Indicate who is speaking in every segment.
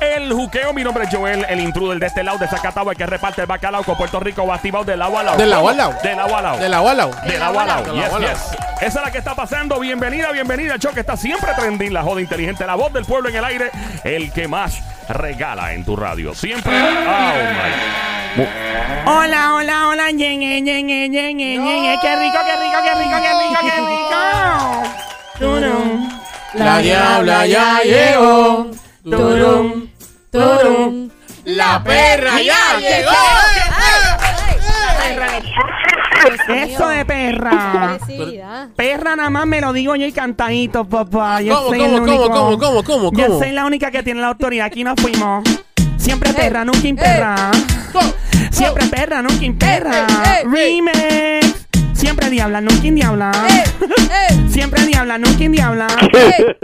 Speaker 1: el juqueo. Mi nombre es Joel, el intruder de este lado, de Zacatau, el que reparte el bacalao con Puerto Rico, activado del lado a lado.
Speaker 2: Del lado a lado.
Speaker 1: Del lado a lado.
Speaker 2: De la Walao.
Speaker 1: De la Walao.
Speaker 2: De la
Speaker 1: Yes,
Speaker 2: Walao.
Speaker 1: yes. Esa es la que está pasando. Bienvenida, bienvenida. El show que está siempre trending, la joda inteligente, la voz del pueblo en el aire, el que más regala en tu radio. Siempre. Oh my.
Speaker 3: Hola, hola, hola, ñeñe, ñeñe, ñeñe, ñeñe. Qué rico, qué rico, qué rico, qué rico, qué rico. Turum.
Speaker 2: La diabla ya llegó.
Speaker 3: Turum, turum.
Speaker 2: La perra ya llegó. Eh,
Speaker 3: Eso de perra.
Speaker 4: Agresividad.
Speaker 3: Perra nada más me lo digo yo y cantadito, papá. Yo
Speaker 2: ¿Cómo,
Speaker 3: soy
Speaker 2: cómo,
Speaker 3: el
Speaker 2: cómo,
Speaker 3: único.
Speaker 2: cómo, cómo, cómo,
Speaker 3: Yo
Speaker 2: cómo?
Speaker 3: soy la única que tiene la autoridad. Aquí nos fuimos.
Speaker 4: Eh,
Speaker 3: Siempre perra, nunca imperra. Siempre perra, nunca imperra.
Speaker 4: eh, eh.
Speaker 3: Remix. Siempre diabla, nunca indiabla.
Speaker 4: Eh.
Speaker 3: Siempre diabla, nunca indiabla.
Speaker 4: eh.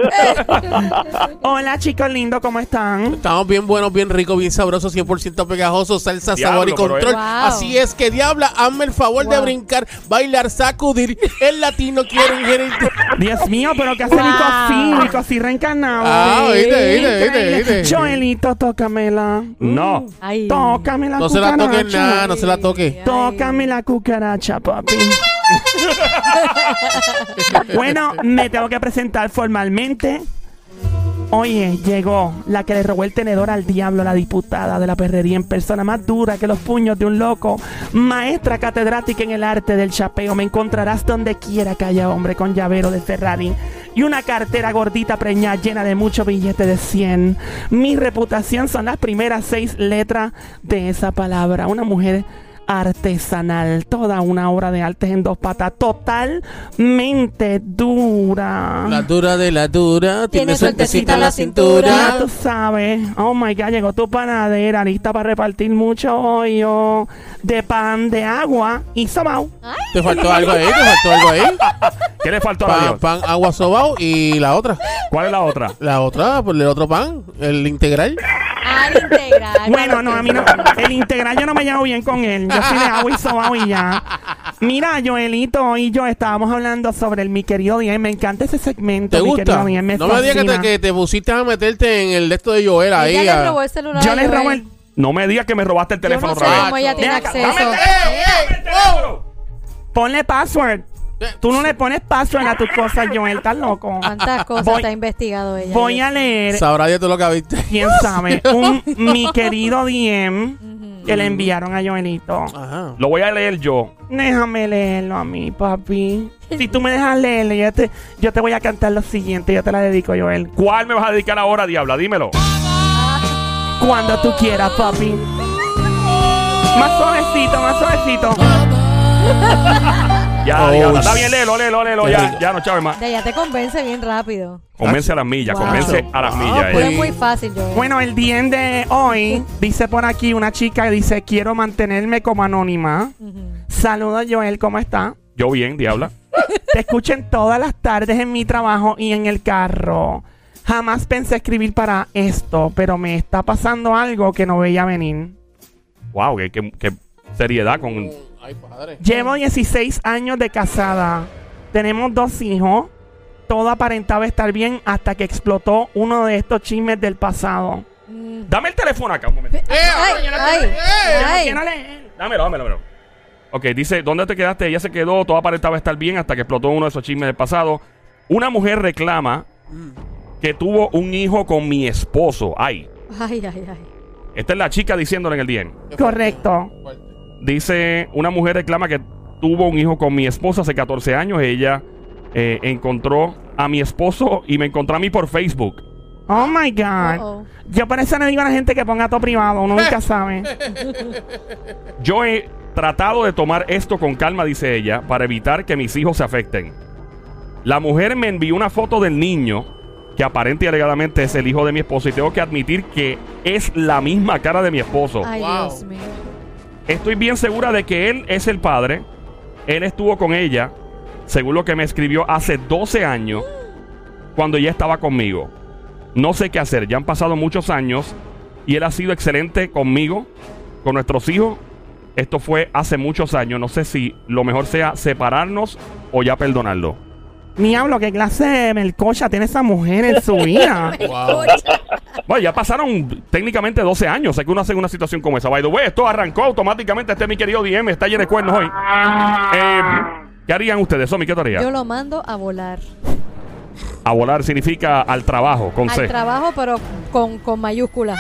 Speaker 3: Hola chicos lindos, ¿cómo están?
Speaker 2: Estamos bien buenos, bien ricos, bien sabrosos, 100% pegajosos, salsa, sabor
Speaker 1: Diablo,
Speaker 2: y
Speaker 1: pero
Speaker 2: control.
Speaker 1: es-
Speaker 4: Wow.
Speaker 2: Así es que, diabla, hazme el favor de
Speaker 4: Wow.
Speaker 2: brincar, bailar, sacudir. El latino quiere ingerir.
Speaker 3: Dios mío, pero ¿qué hace Nico así?
Speaker 4: Wow.
Speaker 3: Nico así reencarnado.
Speaker 2: Ah,
Speaker 3: Sí,
Speaker 2: viste, viste,
Speaker 3: increíble.
Speaker 2: viste, viste.
Speaker 3: Joelito, tócamela.
Speaker 1: No.
Speaker 4: Ay.
Speaker 3: Tócame la
Speaker 2: No se la
Speaker 3: cucaracha. Ah.
Speaker 2: toquen nada, no se la toque.
Speaker 3: Tócame la cucaracha, papi. bueno, me tengo que presentar formalmente. Oye, llegó la que le robó el tenedor al diablo, la diputada de la perrería en persona más dura que los puños de un loco, maestra catedrática en el arte del chapeo. Me encontrarás donde quiera que haya hombre con llavero de Ferrari y una cartera gordita preñada llena de muchos billetes de 100. Mi reputación son las primeras seis letras de esa palabra. Una mujer artesanal, toda una obra de artes en dos patas, totalmente dura.
Speaker 2: La dura de la dura, tiene
Speaker 4: Tiene
Speaker 2: sueltecita
Speaker 4: sueltecita
Speaker 2: la
Speaker 4: la
Speaker 2: cintura.
Speaker 3: Ya tú sabes. Oh my God, llegó tu panadera lista para repartir mucho hoyo de pan, de agua y sobao.
Speaker 2: Te faltó algo ahí, te faltó algo ahí.
Speaker 1: ¿Qué le faltó a
Speaker 2: Pan,
Speaker 1: Dios?
Speaker 2: pan, agua sobao y la otra.
Speaker 1: ¿Cuál es la otra?
Speaker 2: La otra, pues el otro pan, el integral.
Speaker 4: Al integral.
Speaker 3: Bueno, no, a mí no. El integral yo no me llevo bien con él. Yo soy de agua y sobao y ya. Mira, Joelito y yo estábamos hablando sobre el mi querido Dien. Me encanta ese segmento.
Speaker 2: ¿Te
Speaker 3: mi
Speaker 2: gusta?
Speaker 3: querido Dien, me
Speaker 2: no me digas que te,
Speaker 3: fascina.
Speaker 2: que te pusiste a meterte en el de esto de Joel ahí.
Speaker 4: Ella
Speaker 2: a-
Speaker 4: le robó el celular.
Speaker 3: Yo
Speaker 4: a
Speaker 3: le
Speaker 4: Joel.
Speaker 3: robo el.
Speaker 1: No me digas que me robaste el
Speaker 4: Yo
Speaker 1: teléfono
Speaker 4: no sé
Speaker 1: otra vez.
Speaker 4: cómo ella tiene
Speaker 3: Ven acá,
Speaker 4: acceso.
Speaker 3: Ponle password.
Speaker 2: Eh,
Speaker 3: Tú no le pones password a tus cosas, Joel. Estás loco.
Speaker 4: ¿Cuántas cosas
Speaker 3: Voy-
Speaker 4: te ha investigado ella?
Speaker 3: Voy a leer
Speaker 2: Sabrá Dios todo lo que viste.
Speaker 3: quién sabe, un mi querido DM que le enviaron a Joelito.
Speaker 2: Ajá.
Speaker 1: Lo voy a leer yo.
Speaker 3: Déjame leerlo a mí, papi. Si tú me dejas leerlo, yo te, yo te voy a cantar lo siguiente, yo te la dedico, Joel.
Speaker 1: ¿Cuál me vas a dedicar ahora, diabla? Dímelo.
Speaker 3: Cuando tú quieras, papi. Más suavecito, más suavecito.
Speaker 1: Ya,
Speaker 2: Oh,
Speaker 1: diabla.
Speaker 2: sh-
Speaker 1: Está bien, léelo, léelo, léelo.
Speaker 2: Qué
Speaker 1: Ya,
Speaker 2: rico.
Speaker 1: ya no chaves más.
Speaker 4: Ella te convence bien rápido.
Speaker 1: Convence a las millas,
Speaker 4: Wow.
Speaker 1: convence a las
Speaker 2: Ah,
Speaker 1: millas. eh.
Speaker 4: Pero
Speaker 2: Pues-
Speaker 4: es muy fácil, Joel.
Speaker 3: Bueno, el DM de hoy dice por aquí una chica que dice, quiero mantenerme como anónima.
Speaker 4: Ujú.
Speaker 3: Saludos, Joel, ¿cómo está?
Speaker 1: Yo bien, diabla.
Speaker 3: Te escuchen todas las tardes en mi trabajo y en el carro. Jamás pensé escribir para esto, pero me está pasando algo que no veía venir.
Speaker 1: Wow, qué, qué- qué seriedad con.
Speaker 2: Ay, padre.
Speaker 3: Llevo 16 años de casada. Tenemos dos hijos. Todo aparentaba estar bien hasta que explotó uno de estos chismes del pasado.
Speaker 4: Mm.
Speaker 1: Dame el teléfono acá un momento.
Speaker 2: Eh,
Speaker 4: Ay, ay,
Speaker 3: Eh,
Speaker 4: ay.
Speaker 3: Quiero leer.
Speaker 1: Dámelo, dámelo, dámelo. Ok, dice, ¿dónde te quedaste? Ella se quedó, todo aparentaba estar bien hasta que explotó uno de esos chismes del pasado. Una mujer reclama que tuvo un hijo con mi esposo. Ay,
Speaker 4: Ay, ay, ay.
Speaker 1: esta es la chica diciéndole en el DM.
Speaker 3: Correcto.
Speaker 1: Dice, una mujer reclama que tuvo un hijo con mi esposa hace 14 años. Ella eh, encontró a mi esposo y me encontró a mí por Facebook.
Speaker 3: Oh my God.
Speaker 4: Uh-oh.
Speaker 3: Yo por eso no digo a la gente que ponga todo privado. Uno nunca sabe.
Speaker 1: Yo he tratado de tomar esto con calma, dice ella, para evitar que mis hijos se afecten. La mujer me envió una foto del niño, que aparente y alegadamente es el hijo de mi esposo, y tengo que admitir que es la misma cara de mi esposo.
Speaker 4: Ay,
Speaker 2: Wow.
Speaker 4: Dios mío.
Speaker 1: Estoy bien segura de que él es el padre. Él estuvo con ella, según lo que me escribió hace 12 años, cuando ella estaba conmigo. No sé qué hacer, ya han pasado muchos años y él ha sido excelente conmigo, con nuestros hijos. Esto fue hace muchos años, no sé si lo mejor sea separarnos o ya perdonarlo.
Speaker 3: Diablo, qué clase de melcocha tiene esa mujer en su vida.
Speaker 2: Wow.
Speaker 1: Bueno, ya pasaron técnicamente 12 años. O sea que uno hace una situación como esa. By the way, esto arrancó automáticamente. Este mi querido DM está lleno de cuernos hoy. Eh, ¿Qué harían ustedes, Somi? ¿Qué te haría?
Speaker 4: Yo lo mando a volar.
Speaker 1: A volar significa al trabajo, con
Speaker 4: Al
Speaker 1: C.
Speaker 4: trabajo, pero con, con mayúscula.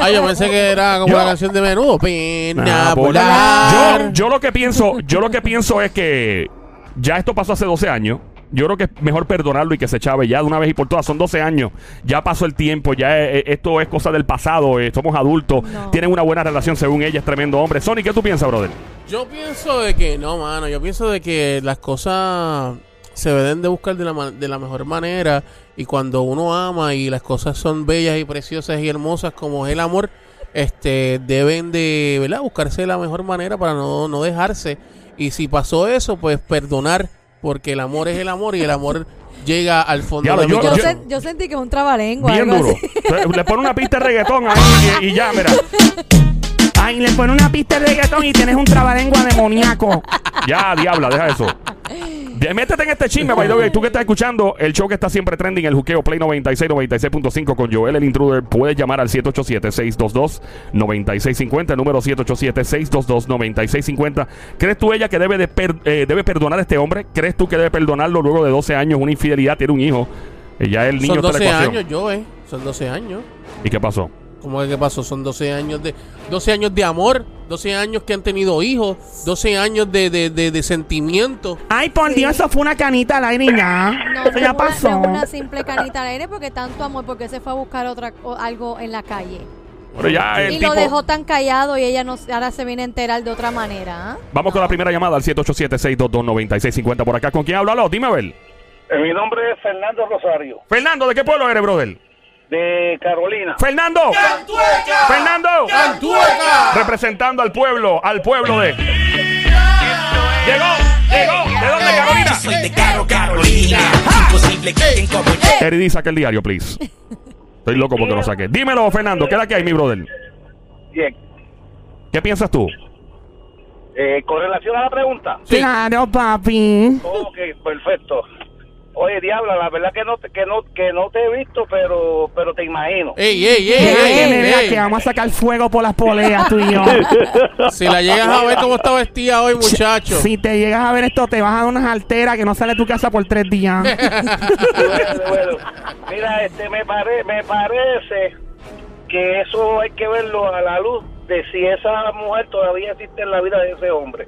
Speaker 2: Ay, yo pensé que era como
Speaker 1: Yo-
Speaker 2: la canción de menudo. Pena
Speaker 1: Nah,
Speaker 2: volar.
Speaker 1: Yo, yo lo que pienso, yo lo que pienso es que ya esto pasó hace 12 años. Yo creo que es mejor perdonarlo y que se chave ya de una vez y por todas. Son 12 años, ya pasó el tiempo, ya eh, eh, esto es cosa del pasado, eh, somos adultos,
Speaker 4: No.
Speaker 1: tienen una buena relación según ella, es tremendo hombre. Sony, ¿qué tú piensas, brother?
Speaker 2: Yo pienso de que, no, mano, yo pienso de que las cosas se deben de buscar de la, ma- de la mejor manera y cuando uno ama y las cosas son bellas y preciosas y hermosas como es el amor, este, deben de, ¿verdad? Buscarse de la mejor manera para no, no dejarse y si pasó eso, pues perdonar porque el amor es el amor y el amor llega al fondo
Speaker 1: Diablo,
Speaker 2: de mi
Speaker 1: yo-
Speaker 4: Yo,
Speaker 1: yo-
Speaker 2: corazón.
Speaker 4: sen- yo sentí que es un trabalengua.
Speaker 1: Bien
Speaker 4: algo
Speaker 1: duro.
Speaker 4: así.
Speaker 1: Le- Le pone una pista de reggaetón ahí y, y ya, mira.
Speaker 3: Ay, le pone una pista de reggaetón y tienes un trabalengua demoníaco.
Speaker 1: Ya, diabla, deja eso. De- Métete en este chisme, by the way. Tú que estás escuchando el show que está siempre trending, el juqueo Play 96, 96.5 con Joel el Intruder. Puedes llamar al 787-622-9650, el número 787-622-9650. ¿Crees tú ella que debe, de per- eh, debe perdonar a este hombre? ¿Crees tú que debe perdonarlo luego de 12 años, una infidelidad, tiene un hijo? Eh, Ya el niño
Speaker 2: Son
Speaker 1: está en la
Speaker 2: 12
Speaker 1: ecuación.
Speaker 2: años, yo, ¿eh? Son 12 años.
Speaker 1: ¿Y qué pasó?
Speaker 2: ¿Cómo que qué pasó? Son 12 años de 12 años de amor, 12 años que han tenido hijos, 12 años de, de, de, de sentimiento.
Speaker 3: Ay, por Dios, eso fue una canita al aire y ya.
Speaker 4: No,
Speaker 3: eso
Speaker 4: no
Speaker 3: ya
Speaker 4: es
Speaker 3: pasó.
Speaker 4: Una, no es una simple canita al aire porque tanto amor, porque se fue a buscar otra o- algo en la calle.
Speaker 1: Bueno, ya el
Speaker 4: y
Speaker 1: tipo...
Speaker 4: lo dejó tan callado y ella no, ahora se viene a enterar de otra manera. ¿ah?
Speaker 1: Vamos con la primera llamada al 787-622-9650 por acá. ¿Con quién hablo? Aló, Dime, a ver.
Speaker 5: Eh, Mi nombre es Fernando Rosario,
Speaker 1: Fernando, ¿de qué pueblo eres, brother?
Speaker 5: de Carolina.
Speaker 1: Fernando. Fernando. Representando al pueblo, al pueblo de. Llegó, llegó. ¿De dónde,
Speaker 6: Yo
Speaker 1: Carolina?
Speaker 6: soy de Caro Carolina. Imposible que estén como yo.
Speaker 1: Eridi, saca el diario, please. Estoy loco porque lo saqué. Dímelo, Fernando, ¿qué es la que hay, mi brother?
Speaker 5: Bien.
Speaker 1: ¿Qué piensas tú?
Speaker 5: Eh, con relación a la pregunta.
Speaker 2: Sí.
Speaker 3: Claro, papi.
Speaker 5: Ok, perfecto. Oye, Diabla, la verdad que no te, que no, que no te he visto, pero, pero te imagino.
Speaker 1: Este-
Speaker 2: Ey, ey, ey,
Speaker 3: Mira,
Speaker 2: ey,
Speaker 3: nene, mira,
Speaker 2: ey.
Speaker 3: que vamos a sacar fuego por las poleas tú y yo.
Speaker 2: Si la llegas a ver cómo está vestida hoy, muchacho.
Speaker 3: Si te llegas a ver esto, te vas a dar unas alteras que no sale de tu casa por tres días.
Speaker 5: Bueno, bueno. Mira, este, me, pare, me parece que eso hay que verlo a la luz de si esa mujer todavía existe en la vida de ese hombre.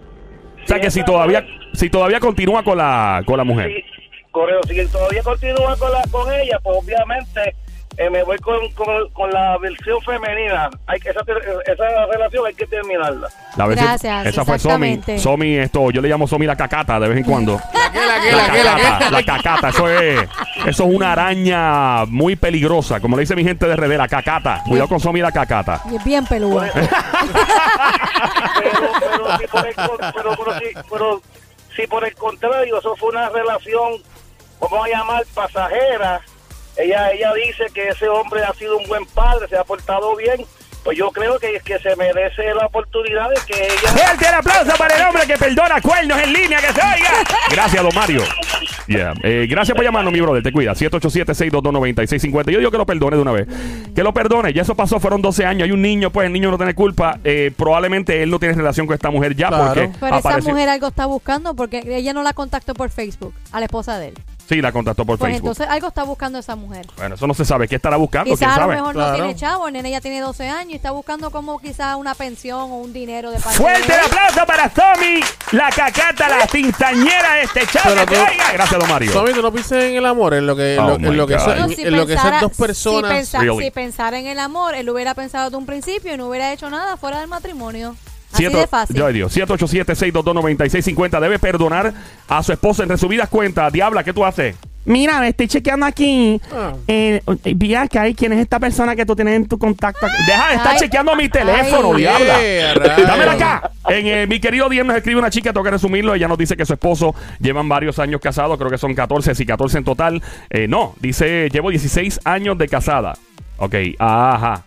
Speaker 1: O sea que si todavía, si todavía continúa con la, con la mujer.
Speaker 5: Sí, correo. Si él todavía continúa con, la, con ella, pues obviamente eh, me voy con, con, con la versión femenina. Hay que, esa, ter- esa relación hay que terminarla.
Speaker 1: La vez-
Speaker 4: Gracias,
Speaker 1: Esa fue Somi.
Speaker 4: exactamente.
Speaker 1: Somi, esto, yo le llamo Somi la cacata de vez en cuando.
Speaker 2: ¿Qué, la, qué,
Speaker 1: La
Speaker 2: la, qué, la,
Speaker 1: cacata,
Speaker 2: qué?
Speaker 1: la cacata, eso es, eso es una araña muy peligrosa, como le dice mi gente de RD, la cacata. Cuidado con Somi y la cacata.
Speaker 4: Y es bien pelúa.
Speaker 5: Pero, pero, si, por el, con- pero, pero si- pero si por el contrario, eso fue una relación, vamos a llamar, pasajera, ella, ella dice que ese hombre ha sido un buen padre, se ha portado bien, pues yo creo que, que se merece la oportunidad de que ella...
Speaker 1: Fuerte el aplauso para el hombre que perdona cuernos en línea, que se oiga. Gracias, don Mario. Yeah. Eh, gracias por llamarnos, mi brother. Te cuida. 787-622-9650. Yo digo que lo perdone de una vez. Que lo perdone. Ya eso pasó, fueron 12 años. Hay un niño, pues el niño no tiene culpa. Eh, probablemente él no tiene relación con esta mujer ya
Speaker 2: Claro.
Speaker 1: porque
Speaker 4: Pero esa
Speaker 1: apareció.
Speaker 4: mujer algo está buscando porque ella no la contactó por Facebook a la esposa de él.
Speaker 1: Sí, la contactó por
Speaker 4: Pues
Speaker 1: Facebook.
Speaker 4: entonces algo está buscando esa mujer.
Speaker 1: bueno, eso no se sabe. ¿Qué estará buscando? pues, ¿Quién
Speaker 4: Quizás a lo
Speaker 1: sabe?
Speaker 4: mejor
Speaker 2: Claro.
Speaker 4: no tiene chavo, el nene ya tiene 12 años y está buscando como quizás una pensión o un dinero de parte
Speaker 1: Fuerte
Speaker 4: de
Speaker 1: el
Speaker 4: él.
Speaker 1: aplauso para Tommy, la cacata, la cintañera de este chavo.
Speaker 2: Pero
Speaker 1: que
Speaker 2: tú-
Speaker 1: traiga. Gracias, don Mario.
Speaker 2: Tommy, tú no pienses en el amor, en lo que, en
Speaker 1: Oh
Speaker 2: lo- en
Speaker 1: my
Speaker 2: lo que,
Speaker 1: God.
Speaker 2: son,
Speaker 4: Bueno,
Speaker 2: en,
Speaker 4: si
Speaker 2: en lo que son
Speaker 4: pensara-
Speaker 2: dos
Speaker 4: Si,
Speaker 2: personas.
Speaker 4: pensa-
Speaker 1: Really.
Speaker 4: si pensara en el amor, él hubiera pensado de un principio y no hubiera hecho nada fuera del matrimonio. Así
Speaker 1: Siete-
Speaker 4: de fácil.
Speaker 1: Yo, ay, Dios. 787-622-9650 debe perdonar a su esposa en resumidas cuentas. Diabla, ¿qué tú haces?
Speaker 3: Mira, me estoy chequeando aquí.
Speaker 2: Ah.
Speaker 3: Eh, vi acá, ay, ¿quién es esta persona que tú tienes en tu contacto? aquí?
Speaker 1: Deja de estar
Speaker 4: Ay.
Speaker 1: chequeando mi teléfono,
Speaker 4: Ay.
Speaker 1: diabla.
Speaker 2: Yeah, rayos.
Speaker 1: Dámela acá. En eh, mi querido DM nos escribe una chica, tengo que resumirlo. Ella nos dice que su esposo llevan varios años casados, creo que son 14, sí, 14 en total. Eh, no, dice, llevo 16 años de casada. Ok, ajá.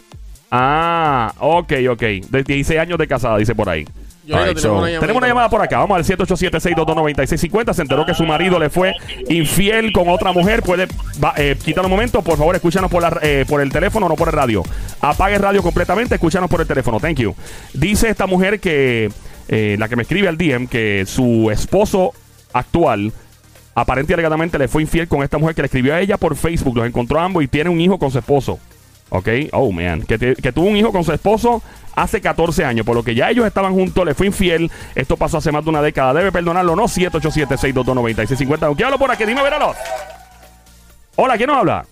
Speaker 1: Ah, ok, ok. De 16 años de casada, dice por ahí.
Speaker 2: Yo creo
Speaker 7: Alright,
Speaker 2: que
Speaker 7: so,
Speaker 2: tenemos una llamada.
Speaker 1: Tenemos una llamada por acá. Vamos al 787-622-9650. Se enteró que su marido le fue infiel con otra mujer. Puede va, eh, quitar un momento. Por favor, escúchanos por, la, eh, por el teléfono, no por el radio. Apague el radio completamente. Escúchanos por el teléfono. Thank you. Dice esta mujer que, eh, la que me escribe al DM, que su esposo actual aparentemente alegadamente le fue infiel con esta mujer que le escribió a ella por Facebook. Los encontró a ambos y tiene un hijo con su esposo. ¿Ok? Oh, man. Que, te- que tuvo un hijo con su esposo hace 14 años. Por lo que ya ellos estaban juntos, le fue infiel. Esto pasó hace más de una década. Debe perdonarlo, ¿no? 787-622-9650. ¿Con ¿Quién hablo por aquí? Dime, véralos. Hola, ¿quién nos habla?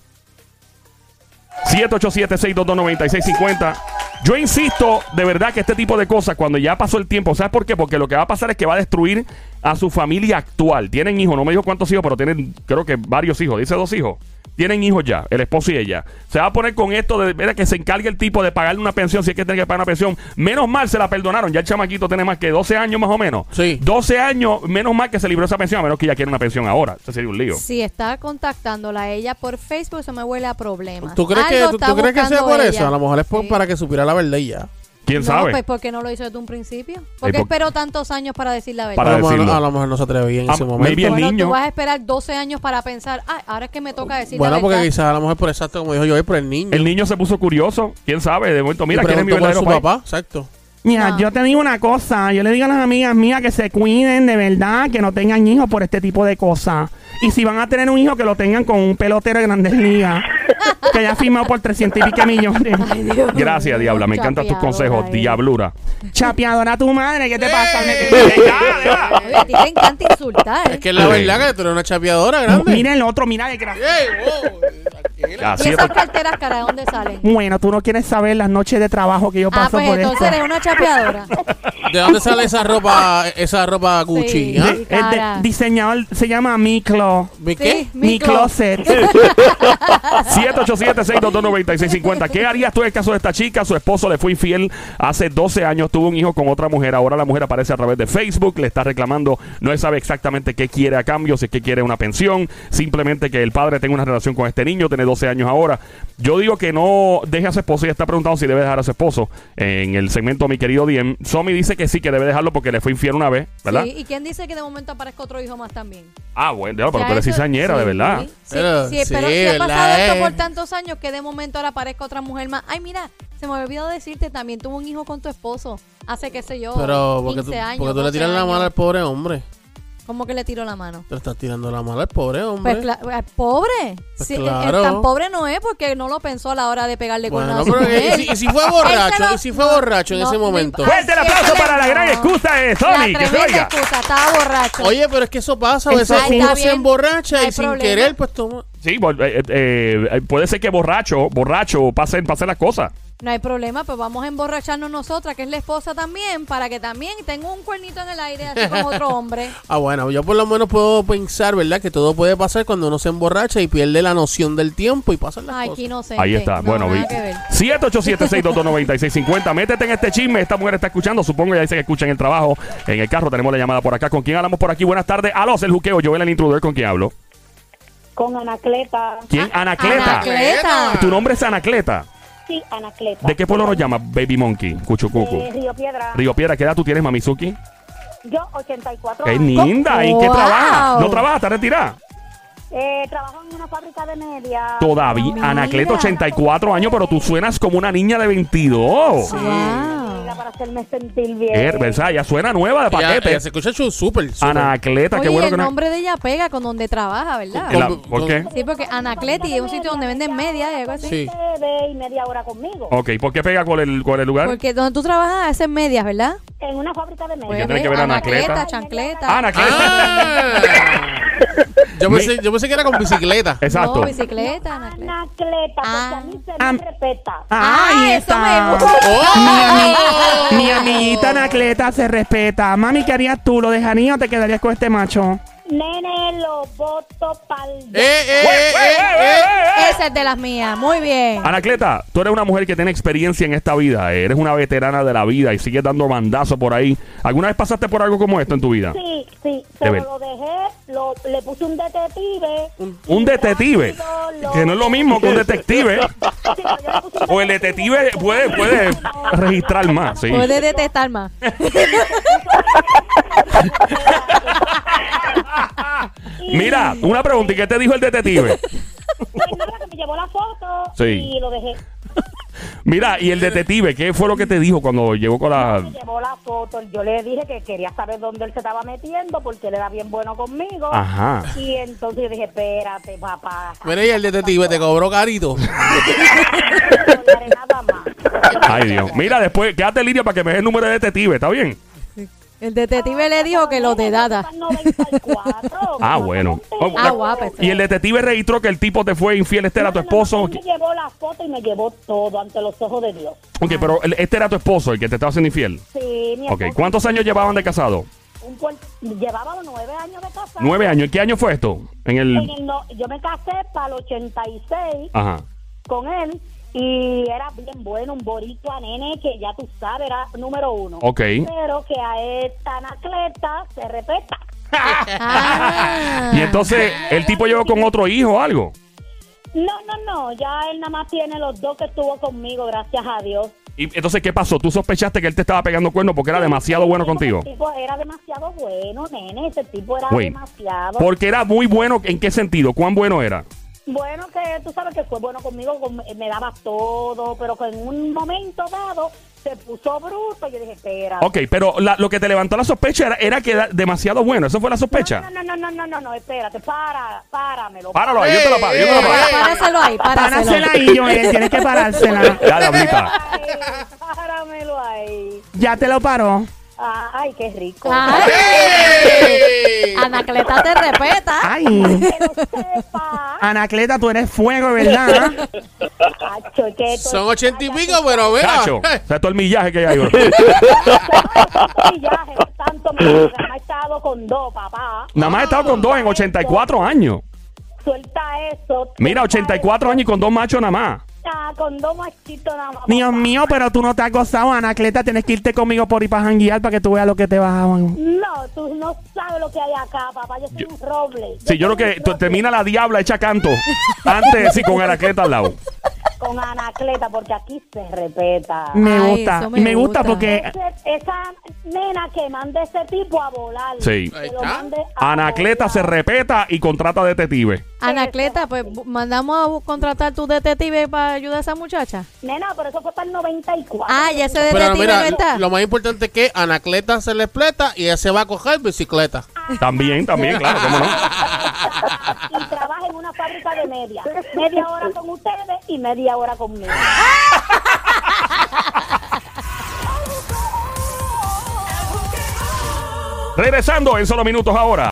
Speaker 1: 787-622-9650. Yo insisto, de verdad, que este tipo de cosas, cuando ya pasó el tiempo, ¿sabes por qué? Porque lo que va a pasar es que va a destruir a su familia actual. Tienen hijos, no me dijo cuántos hijos, pero tienen, creo que varios hijos, dice dos hijos. Tienen hijos ya, el esposo y ella. Se va a poner con esto de mira, que se encargue el tipo de pagarle una pensión, si es que tiene que pagar una pensión. Menos mal se la perdonaron, ya el chamaquito tiene más que 12 años más o menos.
Speaker 2: Sí.
Speaker 1: 12 años, menos mal que se libró esa pensión, a menos que ya quiera una pensión ahora. Eso sería un lío.
Speaker 4: Si está contactándola a ella por Facebook, eso me huele a problemas.
Speaker 2: ¿Tú crees, que,
Speaker 4: Algo
Speaker 2: tú,
Speaker 4: está
Speaker 2: tú crees que sea
Speaker 4: buscando
Speaker 2: por eso?
Speaker 4: ella.
Speaker 2: A lo mejor es por-
Speaker 4: Sí.
Speaker 2: para que supiera la verdad y ya.
Speaker 1: ¿Quién
Speaker 4: No,
Speaker 1: sabe?
Speaker 4: pues porque no lo hizo desde un principio. Porque
Speaker 1: por-
Speaker 4: esperó tantos años para decir la verdad.
Speaker 1: Para
Speaker 2: a, lo mejor,
Speaker 1: decirlo.
Speaker 2: a lo mejor no se atrevía en
Speaker 1: Ah,
Speaker 2: ese
Speaker 1: maybe
Speaker 2: momento.
Speaker 1: el
Speaker 4: bueno,
Speaker 1: niño.
Speaker 4: tú vas a esperar 12 años para pensar, ay, ahora es que me toca decir
Speaker 2: Bueno,
Speaker 4: la
Speaker 2: porque
Speaker 4: verdad.
Speaker 2: quizás a lo mejor por exacto, como dijo yo, por el niño.
Speaker 1: El niño se puso curioso, quién sabe, de momento, mira,
Speaker 2: Y
Speaker 1: ¿quién es mi
Speaker 2: preguntó por
Speaker 1: verdadero
Speaker 2: su
Speaker 1: padre?
Speaker 2: papá, exacto.
Speaker 3: Mira,
Speaker 4: No.
Speaker 3: yo te digo una cosa, yo le digo a las amigas mías que se cuiden de verdad, que no tengan hijos por este tipo de cosas. Y si van a tener un hijo, que lo tengan con un pelotero de grandes ligas, que haya firmado por 300 y pico millones.
Speaker 1: Gracias, Diabla, me encantan tus consejos, Diablura.
Speaker 3: Chapeadora tu madre, ¿qué te pasa?
Speaker 1: Venga,
Speaker 4: Ay, A ti te encanta insultar. ¿eh?
Speaker 2: Es que la
Speaker 1: Sí.
Speaker 2: verdad que tú eres una chapeadora grande.
Speaker 3: Mira el otro, mira desgraciado.
Speaker 2: ¡Ey, wow! Tranquila.
Speaker 1: venga.
Speaker 4: ¿Y
Speaker 1: Así es.
Speaker 4: esas carteras, cara, de dónde salen?
Speaker 3: Bueno, tú no quieres saber las noches de trabajo que yo paso
Speaker 4: Ah, pues
Speaker 3: por esto.
Speaker 4: entonces eres una chapeadora.
Speaker 2: ¿De dónde sale esa ropa, esa ropa Gucci?
Speaker 4: Sí.
Speaker 2: ah?
Speaker 3: El de-
Speaker 4: cara.
Speaker 3: diseñador se llama Miklo.
Speaker 2: ¿Mi
Speaker 4: Sí,
Speaker 2: qué?
Speaker 3: Mi closet.
Speaker 1: 787-622-9650. ¿Qué harías tú en el caso de esta chica? Su esposo le fue infiel hace 12 años, tuvo un hijo con otra mujer. Ahora la mujer aparece a través de Facebook, le está reclamando, no sabe exactamente qué quiere a cambio, si es que quiere una pensión, simplemente que el padre tenga una relación con este niño, tiene 12 años ahora. Yo digo que no deje a su esposo, ella está preguntando si debe dejar a su esposo. En el segmento, mi querido Diem, Somi dice que sí, que debe dejarlo porque le fue infiel una vez, ¿verdad?
Speaker 4: Sí, ¿Y quién dice que de momento aparezca otro hijo más también?
Speaker 1: Ah, bueno, pero tú
Speaker 4: Ya
Speaker 1: eres
Speaker 4: eso-
Speaker 1: cizañera,
Speaker 4: sí,
Speaker 1: de verdad.
Speaker 4: Sí,
Speaker 2: Pero-
Speaker 4: pero, sí, pero
Speaker 2: sí,
Speaker 4: si ha pasado
Speaker 2: ¿verdad,
Speaker 4: esto
Speaker 2: eh?
Speaker 4: por tantos años que de momento ahora aparezca otra mujer más. Ay, mira, se me olvidó decirte, también tuvo un hijo con tu esposo hace, qué sé yo,
Speaker 2: Pero porque
Speaker 4: 15
Speaker 2: tú,
Speaker 4: años.
Speaker 2: porque tú le
Speaker 4: 12
Speaker 2: tiras la
Speaker 4: años.
Speaker 2: mano al pobre hombre.
Speaker 4: ¿Cómo que le tiró la mano?
Speaker 2: Te le estás tirando la mano al pobre hombre.
Speaker 4: Pues, cla- eh, pobre.
Speaker 2: Pues
Speaker 4: Sí, el- el
Speaker 2: claro.
Speaker 4: tan pobre no es porque no lo pensó a la hora de pegarle con
Speaker 2: bueno,
Speaker 4: a su
Speaker 2: pero
Speaker 4: mujer.
Speaker 2: ¿y, si, y si fue
Speaker 4: Él se
Speaker 2: borracho?
Speaker 4: lo-
Speaker 2: ¿Y si fue
Speaker 4: no,
Speaker 2: borracho en
Speaker 4: no,
Speaker 2: ese
Speaker 4: no
Speaker 2: momento?
Speaker 4: importa.
Speaker 1: Fuerte Pues el aplauso para la gran excusa de Somi,
Speaker 4: la
Speaker 1: que se
Speaker 4: tremenda
Speaker 1: oiga.
Speaker 4: excusa, estaba borracho.
Speaker 2: Oye, pero es que eso pasa. A veces
Speaker 3: Exacto.
Speaker 2: uno
Speaker 4: Está
Speaker 2: se
Speaker 4: bien,
Speaker 2: emborracha
Speaker 4: no
Speaker 2: y
Speaker 4: hay
Speaker 2: sin
Speaker 4: problema.
Speaker 2: querer, pues toma.
Speaker 1: Sí, bo- eh, eh, eh, puede ser que borracho, borracho, pasen, pasen las cosas.
Speaker 4: No hay problema, pues vamos a emborracharnos nosotras, que es la esposa también, para que también tenga un cuernito en el aire así con otro hombre.
Speaker 2: Ah, bueno, yo por lo menos puedo pensar, ¿verdad? Que todo puede pasar cuando uno se emborracha y pierde la noción del tiempo y pasan las
Speaker 4: Ay,
Speaker 2: cosas.
Speaker 4: qué inocente.
Speaker 1: Ahí está,
Speaker 4: No,
Speaker 1: bueno,
Speaker 4: nada
Speaker 1: vi.
Speaker 4: que ver.
Speaker 1: 787-622-9650. Métete en este chisme. Esta mujer está escuchando, supongo, ya dice que escucha en el trabajo, en el carro. Tenemos la llamada por acá. ¿Con quién hablamos por aquí? Buenas tardes. Alos, el juqueo. Joel, el intruder, ¿con quién hablo?
Speaker 8: Con Anacleta.
Speaker 1: ¿Quién? Anacleta.
Speaker 4: Ah, Anacleta.
Speaker 1: ¿Tu nombre es Anacleta?
Speaker 8: Sí, Anacleta.
Speaker 1: ¿De qué pueblo nos llama? Baby Monkey, Cuchucucu.
Speaker 8: Eh, Río Piedra.
Speaker 1: Río Piedra, ¿qué edad tú tienes, Mamizuki?
Speaker 8: Yo, 84
Speaker 1: ¡Qué
Speaker 8: años.
Speaker 1: linda! ¿En qué
Speaker 4: Wow.
Speaker 1: trabajas? ¿No trabajas? ¿Estás retirada?
Speaker 8: Eh, trabajo en una fábrica de media.
Speaker 1: Todavía,
Speaker 4: Mira.
Speaker 1: Anacleta, 84 años, pero tú suenas como una niña de 22.
Speaker 4: Wow.
Speaker 8: Para hacerme sentir bien.
Speaker 1: Er, ¿verdad? Ya suena nueva de
Speaker 2: Ella-
Speaker 1: paquete.
Speaker 2: ella se escucha chu- súper, súper.
Speaker 1: Anacleta,
Speaker 4: Oye,
Speaker 1: qué bueno
Speaker 4: el
Speaker 1: que no.
Speaker 4: nombre de ella pega con donde trabaja, ¿verdad?
Speaker 1: En la-
Speaker 2: Con-
Speaker 1: ¿Por
Speaker 2: con-
Speaker 1: qué?
Speaker 4: Sí, porque Anacleti es un sitio donde venden media y algo así.
Speaker 2: Sí.
Speaker 8: Te ve y media hora conmigo.
Speaker 1: Ok, ¿por qué pega con el, con el lugar?
Speaker 4: Porque donde tú trabajas hacen medias, ¿verdad?
Speaker 8: En una fábrica de media.
Speaker 1: Pues, tiene que ver Anacleta?
Speaker 4: chancleta.
Speaker 1: Anacleta.
Speaker 2: Ah. yo, pensé, yo pensé que era con bicicleta. Eh,
Speaker 1: Exacto. Eh,
Speaker 4: No, bicicleta, Anacleta.
Speaker 8: Anacleta, porque
Speaker 4: Ah.
Speaker 8: a mí se
Speaker 3: Am-
Speaker 8: me respeta.
Speaker 3: Ah, ahí
Speaker 4: Ah, eso me
Speaker 3: está.
Speaker 4: gusta.
Speaker 2: ¡Oh!
Speaker 4: Ah.
Speaker 3: Mi amiguita Anacleta se respeta. Mami, ¿qué harías tú? ¿Lo dejarías o te quedarías con este macho?
Speaker 8: Nene, lo voto pa'l...
Speaker 2: ¡Eh, eh, eh, eh, eh!
Speaker 4: Esa es de las mías. Muy
Speaker 1: Ah,
Speaker 4: bien.
Speaker 1: Anacleta, tú eres una mujer que tiene experiencia en esta vida, eres una veterana de la vida y sigues dando bandazos por ahí. ¿Alguna vez pasaste por algo como esto en tu vida?
Speaker 8: Sí, sí,
Speaker 1: ver.
Speaker 8: pero lo dejé, lo, le puse un detective.
Speaker 1: Un detective, que no es lo mismo que un detective. O Pues el detective puede, puede registrar más, sí.
Speaker 4: Puedes detestar más.
Speaker 1: Mira, una pregunta, ¿y qué te dijo el detective?
Speaker 8: Pues nada, que me llevó la foto
Speaker 1: Sí.
Speaker 8: y lo dejé.
Speaker 1: Mira, ¿y el detective qué fue lo que te dijo cuando llegó con la...
Speaker 8: Me llevó la foto. Yo le dije que quería saber dónde él se estaba metiendo porque él era bien bueno conmigo.
Speaker 1: Ajá.
Speaker 8: Y entonces yo dije, espérate, papá.
Speaker 2: Mira, y el detective te cobró carito.
Speaker 8: No le haré nada más.
Speaker 1: Ay, Dios. Mira, después, quédate en línea para que me des el número de detective, ¿está bien?
Speaker 4: El detective le dijo que lo de dada.
Speaker 8: 94,
Speaker 1: Ah, bueno.
Speaker 4: Ah, guapa.
Speaker 8: pues,
Speaker 1: Y el detective registró que el tipo te fue infiel, este era tu
Speaker 8: No, no, no,
Speaker 1: esposo.
Speaker 8: él Me llevó la foto y me llevó todo ante los ojos de Dios.
Speaker 1: Ok, pero el- este era tu esposo, el que te estaba haciendo infiel.
Speaker 8: Sí, mi
Speaker 1: Ok,
Speaker 8: esposo-
Speaker 1: ¿cuántos años llevaban de casado?
Speaker 8: Un puer- Llevábamos nueve años de casado.
Speaker 1: Nueve años. ¿En qué año fue esto? En
Speaker 8: En
Speaker 1: el...
Speaker 8: el no- yo me casé para el 86
Speaker 1: Ajá.
Speaker 8: con él y era bien bueno, un boricua nene que ya tú sabes, era número uno.
Speaker 1: Ok.
Speaker 8: Pero que a esta anacleta se respeta.
Speaker 4: Ah.
Speaker 1: Y entonces, el tipo llegó con otro hijo o algo.
Speaker 8: No, no, no, ya él nada más tiene los dos que estuvo conmigo, gracias a Dios.
Speaker 1: Y entonces, ¿qué pasó? ¿Tú sospechaste que él te estaba pegando cuernos porque era demasiado bueno contigo?
Speaker 8: El tipo era demasiado bueno, nene, ese tipo era
Speaker 1: Wait.
Speaker 8: demasiado
Speaker 1: Porque era muy bueno, ¿en qué sentido? ¿Cuán bueno era?
Speaker 8: Bueno, que tú sabes que fue bueno conmigo, con- me daba todo, pero que en un momento dado se puso bruto. Yo dije, espera.
Speaker 1: Ok, pero la- lo que te levantó la sospecha era, era que era demasiado bueno. ¿Eso fue la
Speaker 8: No,
Speaker 1: sospecha?
Speaker 8: no, no, no, no, no, no, espérate, para, páramelo.
Speaker 1: Páralo ahí, yo te lo paro, yo te lo paro.
Speaker 4: Páraselo Eh, ahí,
Speaker 3: Párasela
Speaker 4: páraselo.
Speaker 3: ahí, Joel. eh, Tienes que parársela.
Speaker 1: Ya, Diablita.
Speaker 8: Ay, páramelo ahí. Ah,
Speaker 3: Ya te lo paró.
Speaker 8: Ay, qué rico.
Speaker 4: Ah.
Speaker 2: ¡Eh!
Speaker 4: Ay. Anacleta te respeta.
Speaker 3: Ay.
Speaker 8: Que lo sepa.
Speaker 3: Anacleta, tú eres fuego, ¿verdad?
Speaker 8: Acho, es que esto-
Speaker 2: Son ochenta y pico, pero mira.
Speaker 1: Cacho, o sea, todo el millaje que hay, bro.
Speaker 8: Ay, ya, Jesús santo, me ha estado con dos, papá.
Speaker 1: Nada más he estado con dos en 84 años.
Speaker 8: Suelta eso.
Speaker 1: Mira,
Speaker 8: suelta
Speaker 1: 84
Speaker 8: eso.
Speaker 1: años y con dos machos nada más.
Speaker 8: Ah, con dos machitos nada más.
Speaker 3: Dios
Speaker 8: papá.
Speaker 3: mío, pero tú no te has gozado, Anacleta. Tienes que irte conmigo por ir para janguear para que tú veas lo que te bajaban.
Speaker 8: No, tú no sabes lo que hay acá, papá. Yo soy un roble.
Speaker 1: Sí, yo
Speaker 8: soy
Speaker 1: creo que t-
Speaker 8: un roble
Speaker 1: termina la diabla hecha canto antes, sí, con Anacleta al lado.
Speaker 8: Con anacleta, porque aquí se respeta.
Speaker 3: Me
Speaker 4: Ay,
Speaker 3: gusta.
Speaker 4: eso me
Speaker 3: Me, gusta,
Speaker 4: gusta.
Speaker 3: porque
Speaker 8: Ese- esa nena que manda a ese tipo a volar.
Speaker 1: Sí.
Speaker 8: que
Speaker 2: Ahí
Speaker 8: lo
Speaker 2: está.
Speaker 8: mande a
Speaker 1: Anacleta
Speaker 8: volar.
Speaker 1: se repeta y contrata detective.
Speaker 4: Anacleta, pues bu- mandamos a bu- contratar tu detective para ayudar a esa muchacha.
Speaker 8: Nena, pero eso fue para el 94.
Speaker 4: Ah, ya ese
Speaker 2: Pero
Speaker 4: detective no
Speaker 2: mira,
Speaker 4: está.
Speaker 2: lo más importante es que Anacleta se le expleta y ella se va a coger bicicleta.
Speaker 1: También, también, claro, cómo no.
Speaker 8: Y trabaja en una fábrica de media. Media hora con ustedes y media hora conmigo.
Speaker 1: Regresando en solo minutos ahora.